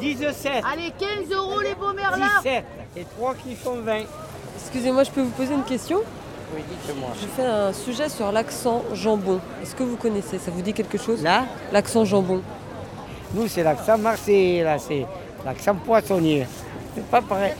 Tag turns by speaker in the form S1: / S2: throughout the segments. S1: 17,
S2: Allez, 15 euros les beaux merlats
S1: 17 et 3 qui font 20.
S3: Excusez-moi, je peux vous poser une question
S1: Oui, dites-moi.
S3: Je fais un sujet sur l'accent jambon. Est-ce que vous connaissez Ça vous dit quelque chose
S1: Là,
S3: L'accent jambon.
S1: nous, c'est l'accent marseillais, là, c'est l'accent poissonnier. C'est pas pareil.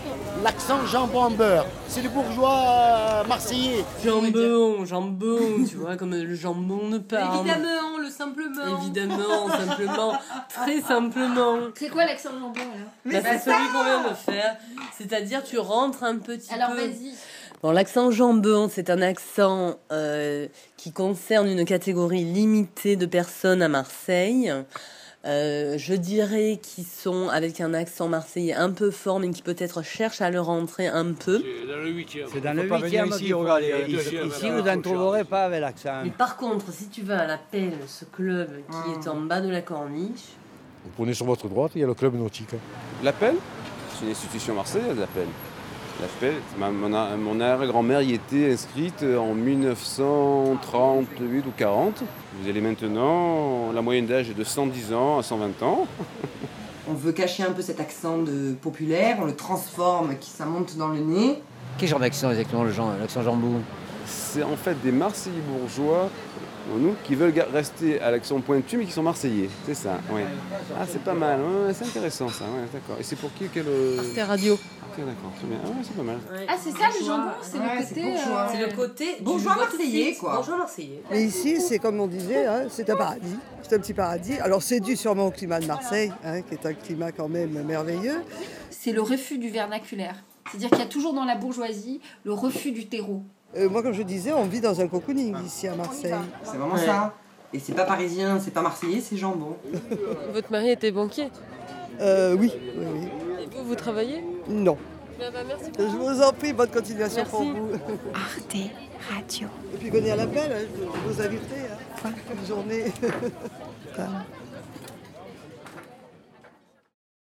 S4: L'accent jambon en beurre, c'est le bourgeois euh, marseillais.
S3: Jambon, jambon, tu vois, comme le jambon ne parle.
S5: Évidemment, le simplement.
S3: Évidemment, simplement, très simplement.
S5: C'est quoi l'accent jambon alors
S3: Bah, c'est celui qu'on vient de faire. C'est-à-dire, tu rentres un petit
S5: Alors
S3: peu.
S5: vas-y.
S3: Bon, l'accent jambon, c'est un accent euh, qui concerne une catégorie limitée de personnes à Marseille. Euh, je dirais qu'ils sont avec un accent marseillais un peu fort, mais qui peut-être cherche à le rentrer un peu.
S1: C'est dans le 8e ici, regardez. euh, Ici, ici, vous n'en trouverez pas avec l'accent.
S3: Mais par contre, si tu vas à la pelle, ce club qui
S6: Ah.
S3: est en bas de la corniche,
S7: Vous prenez sur votre droite, il y a le club nautique.
S8: L'appel C'est une institution marseillaise, l'appel. L'appel, ma- mon, a- mon arrière-grand-mère y était inscrite euh, en 1938 ou 40. Vous allez maintenant, la moyenne d'âge est de 110 ans à 120 ans.
S6: On veut cacher un peu cet accent de populaire, on le transforme, qui ça monte dans le nez.
S9: Quel genre d'accent exactement le genre, l'accent jambon
S8: C'est en fait des Marseillais bourgeois, nous, qui veulent ga- rester à l'accent pointu mais qui sont Marseillais. C'est ça, oui. Ah, c'est pas mal, ouais, ouais, c'est intéressant ça, ouais, d'accord. Et c'est pour qui quel, euh,
S3: Arte Radio.
S8: Ok, d'accord, très bien. Ah, ouais, c'est pas mal.
S5: Ah, c'est ça le jambon C'est
S6: Ouais,
S5: le
S6: c'est
S5: côté.
S6: bourgeois.
S3: C'est le côté. tu
S6: Bonjour
S3: le vois tout de
S6: Marseillais,
S3: suite.
S6: quoi.
S3: Bonjour Marseillais.
S10: Mais ici, c'est comme on disait, hein, c'est un paradis. C'est un petit paradis. Alors, c'est dû sûrement au climat de Marseille, hein, qui est un climat quand même merveilleux.
S5: C'est le refus du vernaculaire. C'est-à-dire qu'il y a toujours dans la bourgeoisie le refus du terreau.
S10: Euh, moi, comme je disais, on vit dans un cocooning ici à Marseille.
S6: C'est vraiment ça. Et c'est pas parisien, c'est pas marseillais, c'est jambon.
S3: Votre mari était banquier.
S10: Euh, oui, oui, oui.
S3: Et vous, vous travaillez bah,
S10: Non.
S3: Merci
S10: Je vous en prie, bonne continuation pour
S3: Merci.
S10: vous.
S2: Arte Radio.
S10: Et puis, venez à l'appel, hein, je vous invite. hein. Bonne journée.